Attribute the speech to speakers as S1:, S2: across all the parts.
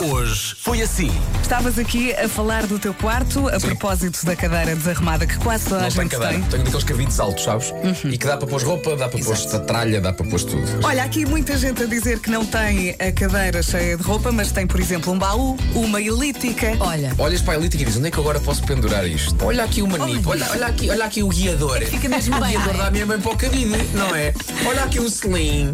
S1: hoje foi assim.
S2: Estavas aqui a falar do teu quarto a propósito da cadeira desarrumada que quase toda a
S3: Não tem
S2: gente
S3: cadeira,
S2: tem.
S3: tenho daqueles cavites altos, sabes? E que dá para pôr roupa, dá para pôr esta tralha, dá para pôr tudo.
S2: Olha, aqui muita gente a dizer que não tem a cadeira cheia de roupa, mas tem, por exemplo, um baú, uma elíptica.
S4: Olha,
S3: Olhas para a elítica e dizes, onde é que agora posso pendurar isto? Olha aqui o manito, olha, olha aqui, olha aqui o guiador.
S4: fica mesmo bem.
S3: E agora
S4: não é?
S3: dá mesmo bem para o cabide, não é? Olha aqui um selim.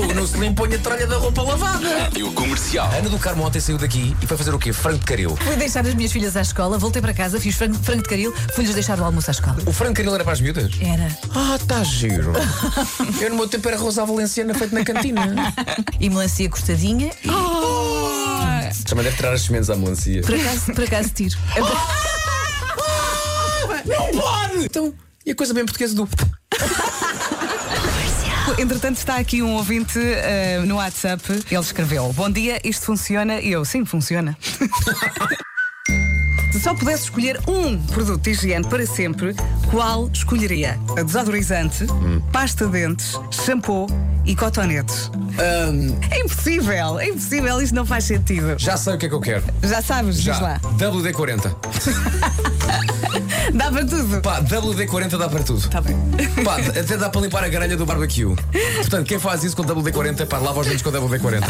S3: Ou no selim põe a tralha da roupa lavada.
S1: E o comercial.
S3: A Ana do Carmo ontem saiu daqui e foi fazer o quê? Frango de caril.
S4: Fui deixar as minhas filhas à escola, voltei para casa, fiz frango, frango de caril, fui-lhes deixar o almoço à escola.
S3: O frango de caril era para as miúdas?
S4: Era.
S3: Ah, está giro. Eu no meu tempo era Rosa Valenciana feito na cantina.
S4: E melancia cortadinha e
S3: Também deve tirar as sementes à melancia.
S4: por acaso, por acaso tiro.
S3: Não pode! Então, e a coisa bem portuguesa do.
S2: Entretanto, está aqui um ouvinte eh, no WhatsApp. Ele escreveu: Bom dia, isto funciona? E eu, sim, funciona. Se só pudesse escolher um produto de higiene para sempre, qual escolheria? A desodorizante,
S3: Hum.
S2: pasta de dentes, shampoo e cotonetes. É impossível, é impossível, isto não faz sentido.
S3: já sei o que é que eu quero.
S2: Já sabes, diz
S3: Já.
S2: lá.
S3: WD-40.
S2: Dá para tudo.
S3: Pá, WD-40 dá para tudo.
S2: Tá bem.
S3: Pá, até dá para limpar a grelha do barbecue. Portanto, quem faz isso com WD-40, pá, lava os dentes com WD-40.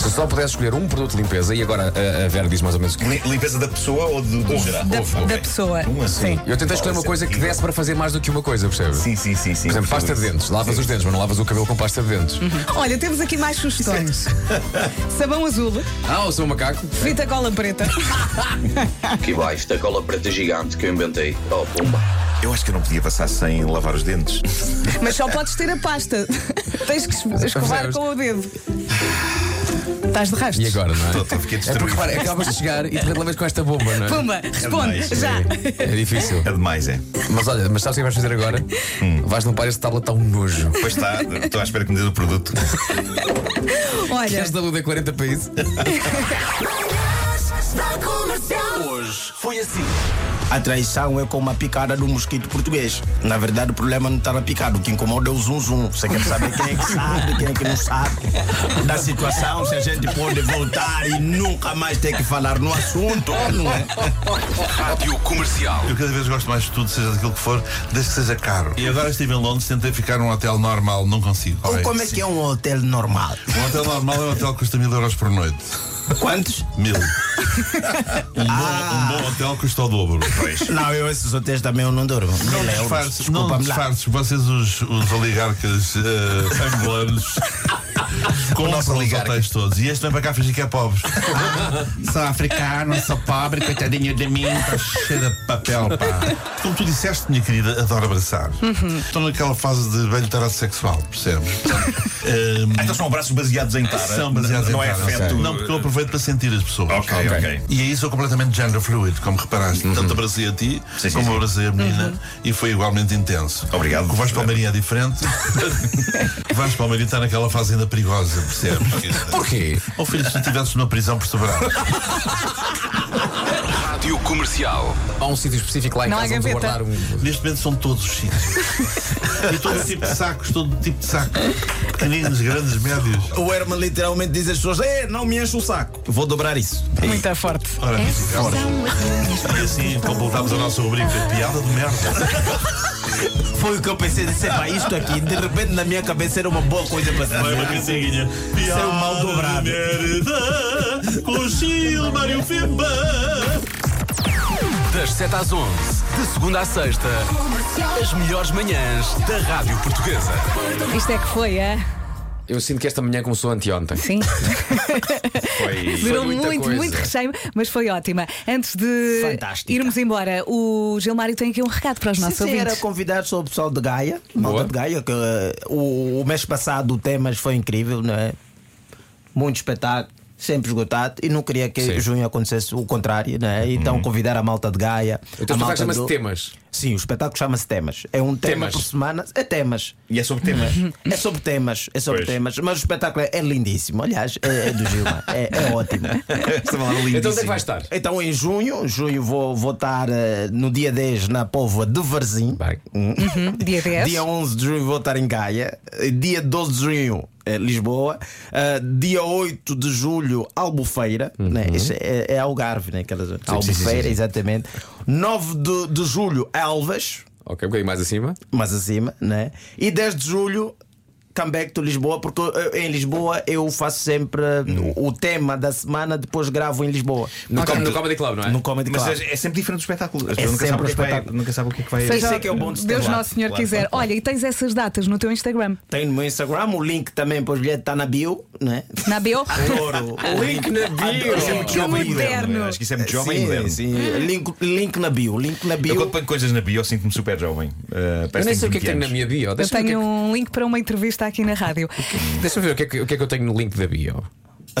S3: Se só pudesse escolher um produto de limpeza, e agora a, a Vera diz mais ou menos o que.
S5: Li- Limpeza da pessoa ou do, do geral?
S2: Da,
S5: Ovo,
S2: da
S5: ok.
S2: pessoa.
S5: Um assim.
S2: Sim.
S3: Eu tentei escolher uma coisa que desse para fazer mais do que uma coisa, percebes?
S5: Sim, sim, sim, sim.
S3: Por exemplo, pasta de
S5: percebo
S3: dentes.
S5: isso.
S3: Lavas
S5: Sim.
S3: os dentes, mas não lavas o cabelo com pasta de dentes.
S2: Olha, temos aqui mais sugestões: sabão azul,
S3: Ah, o seu macaco?
S2: frita cola preta.
S6: Aqui vai esta cola preta gigante que eu inventei. Oh, pumba.
S5: Eu acho que eu não podia passar sem lavar os dentes.
S2: Mas só podes ter a pasta. Tens que es- escovar
S3: Percebes?
S2: com o dedo. Estás de
S3: E
S2: rastros.
S3: agora, não é?
S5: Tô- tô- fiquei
S3: é porque,
S5: destruído.
S3: repara, acabas de chegar e te levas com esta bomba, não é?
S2: Pumba, responde,
S5: mais,
S2: já.
S3: É difícil.
S5: É demais, é.
S3: Mas olha, mas sabes o que vais fazer agora? Vais limpar esse tablet, está um nojo.
S5: Pois está, estou à espera que me dê o produto.
S2: Olha,
S3: Queres WD-40 para isso?
S1: Hoje foi assim.
S7: A traição é como a picada do mosquito português. Na verdade, o problema não está na picada. O que incomoda é o zum-zum. Você quer saber quem é que sabe, quem é que não sabe. Da situação, se a gente pode voltar e nunca mais ter que falar no assunto, não é?
S1: Rádio comercial.
S8: Eu cada vez gosto mais de tudo, seja daquilo que for, desde que seja caro. E agora estive em Londres, tentei ficar num hotel normal, não consigo.
S7: Ou
S8: Ok?
S7: como é que é um hotel normal?
S8: Um hotel normal é um hotel que custa mil euros por noite.
S7: Quantos?
S8: Mil. um, bom, um
S7: Ah.
S8: bom hotel custa o dobro. Pois.
S7: Não, eu esses hotéis também eu não durmo.
S8: Não
S7: Mil euros.
S8: disfarces, não
S7: Desculpa-me lá.
S8: disfarces. Vocês, os, os oligarcas eh, angolanos, compram os
S3: oligarca.
S8: hotéis todos. E este vem para cá fingir que é pobre. sou africano, sou pobre, coitadinho de mim. Está cheio de papel, pá. Como tu disseste, minha querida, adoro abraçar. Estou naquela fase de velho tarado sexual, percebes? Ehm,
S5: Ah, então são abraços baseados em tara.
S8: são baseados
S5: não
S8: em
S5: é
S8: tara,
S5: afeto.
S8: ok. Não, porque eu aproveito para sentir as pessoas.
S5: Ok, ok.
S8: E aí sou completamente gender fluid, como reparaste. Tanto abracei a ti,
S5: Sim, sim,
S8: como
S5: sim.
S8: abracei a menina, e foi igualmente intenso.
S5: Obrigado.
S8: O Vasco Palmeirinho é diferente. o Vasco Palmeirinho está naquela fase ainda perigosa, percebes?
S3: Porquê?
S8: Ou filho, se tu estivesses numa prisão perceberás.
S1: Rádio comercial.
S3: Há um sítio específico lá em
S2: Não há
S3: casa onde
S2: gaveta.
S3: guardar um.
S8: Neste momento são todos os sítios. e todo tipo de sacos, todo tipo de sacos.
S7: É.
S8: Pequeninos, grandes, médios.
S7: O Herman literalmente diz às pessoas: É, não me enche o saco. Vou dobrar isso.
S2: muito forte.
S8: Ora,
S7: É
S8: e
S7: um
S8: assim completámos a nossa rubrica de piada de merda.
S7: Foi o que eu pensei, disse, pá, isto aqui, de repente na minha cabeça era uma boa coisa para se
S8: Vai uma
S7: fazer.
S8: cantaguinha.
S7: é o mal
S8: Piada
S7: dobrado.
S8: de merda com Gilmar e o Fimba.
S3: um-
S1: Das 7 às 11. De segunda à sexta. As melhores manhãs da Rádio Portuguesa.
S2: Isto é que foi, é?
S3: Eu sinto que esta manhã começou anteontem.
S2: Sim.
S5: Foi.
S2: Durou
S3: muita
S2: muito,
S3: coisa.
S2: muito recheio, mas foi ótima. Antes de
S7: Fantástica.
S2: irmos embora, o Gilmário tem aqui um recado para os nossos
S7: Sim, sim, era
S2: ouvintes.
S7: convidar só o pessoal de Gaia,
S3: Boa.
S7: malta de Gaia, que eh, o, o mês passado o Temas foi incrível, não é? Muito espetáculo, sempre esgotado, e não queria que
S3: Sim.
S7: junho acontecesse o contrário, não é? Então convidar a malta de Gaia.
S3: O teu espetáculo
S7: a malta
S3: Então chama-se
S7: do-
S3: Temas.
S7: Sim, o espetáculo chama-se Temas. É um tema
S3: Temas.
S7: por semana, é temas.
S5: E é sobre temas.
S7: É sobre temas, é sobre
S5: Pois.
S7: temas, mas o espetáculo é, é lindíssimo. Aliás, é, é do Gilmar, é, é ótimo.
S5: Estava lá lindíssimo.
S3: Então onde é que vai estar?
S7: Então em junho, junho vou votar no dia 10 na Póvoa de Varzim.
S3: Bem.
S2: Dia 10.
S7: Dia 11 de junho vou estar em Gaia. Eh, Dia 12 de junho eh, Lisboa. Ah, dia 8 de julho, Albufeira.
S5: Uhum.
S7: Né? Isso é, é Algarve, né? Aquelas, Albufeira, exatamente. 9 de, de julho, Elvas,
S3: Ok, um bocadinho mais acima.
S7: mais acima, né? E 10 de julho. Comeback to Lisboa, porque eh, em Lisboa eu faço sempre eh, o tema da semana, depois gravo em Lisboa.
S3: No,
S7: Ok.
S3: com- no Comedy Club, não é?
S7: No Comedy
S5: Mas
S7: Club.
S5: é, é sempre diferente do espetáculo. As
S7: É
S5: pessoas nunca sabem o
S7: sempre
S5: que é que vai-
S7: espetáculo.
S5: nunca sabem o que é que vai.
S7: Isso é que é o bom de se ter
S2: Deus
S7: lá.
S2: Nosso Senhor
S5: Claro,
S2: quiser.
S5: claro, claro.
S2: Olha, e tens essas datas no teu Instagram.
S7: Tem no meu Instagram, o link também para os bilhetes está na bio, né?
S2: Na BO?
S7: Adoro.
S3: Link na
S5: É
S3: bio.
S2: Que moderno.
S5: Acho que isso é muito jovem e
S7: Sim,
S5: moderno.
S7: sim. Link, link na bio, link na
S5: Eu
S7: bio.
S5: quando ponho coisas na bio, eu sinto-me super jovem. Uh,
S3: Eu
S5: parece
S3: nem sei o que é que tenho
S5: tenho
S3: na minha bio.
S2: Eu
S3: Deixa-me ver,
S2: tenho
S3: o que
S2: um link para uma entrevista aqui na rádio.
S3: é que- deixa-me ver o que, é que, o que é que eu tenho no link da bio.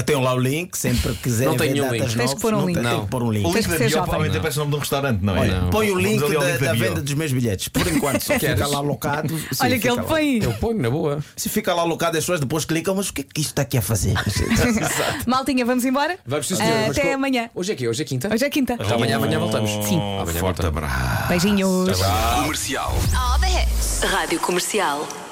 S7: Tenho lá o link, sempre que quiserem
S3: Não tenho
S7: ver
S3: um
S7: datas
S3: link.
S2: Tens que
S7: novas,
S2: pôr um
S7: não
S2: link.
S7: tem- tem que pôr um
S5: O
S7: link.
S2: Tens
S5: link
S2: que
S5: da
S2: ser
S5: bio
S2: jovem.
S5: provavelmente aparece o nome de um restaurante, não é?
S7: Olha,
S5: Não.
S7: põe o
S5: Vamos
S7: link
S5: ali ao
S7: da, da
S5: bio.
S7: venda dos meus bilhetes, por enquanto. Se fica
S3: Queres?
S7: lá alocado. sim, tá
S2: Olha que
S7: fica
S2: ele
S7: lá.
S2: põe.
S3: Eu ponho na boa.
S7: Se fica lá é alocado, as pessoas depois clicam, mas o que é que isto está aqui a fazer?
S2: Maltinha, vamos embora?
S3: Vamos, sim,
S2: Ah,
S3: senhora, mas
S2: Até
S3: co-
S2: amanhã.
S3: Hoje é que Hoje é quinta?
S2: Hoje é quinta.
S3: Então amanhã, amanhã voltamos.
S2: Sim.
S3: Amanhã
S8: Forte
S3: voltamos.
S8: abraço.
S2: Beijinhos.
S1: Comercial.
S9: All the hits. Rádio Comercial.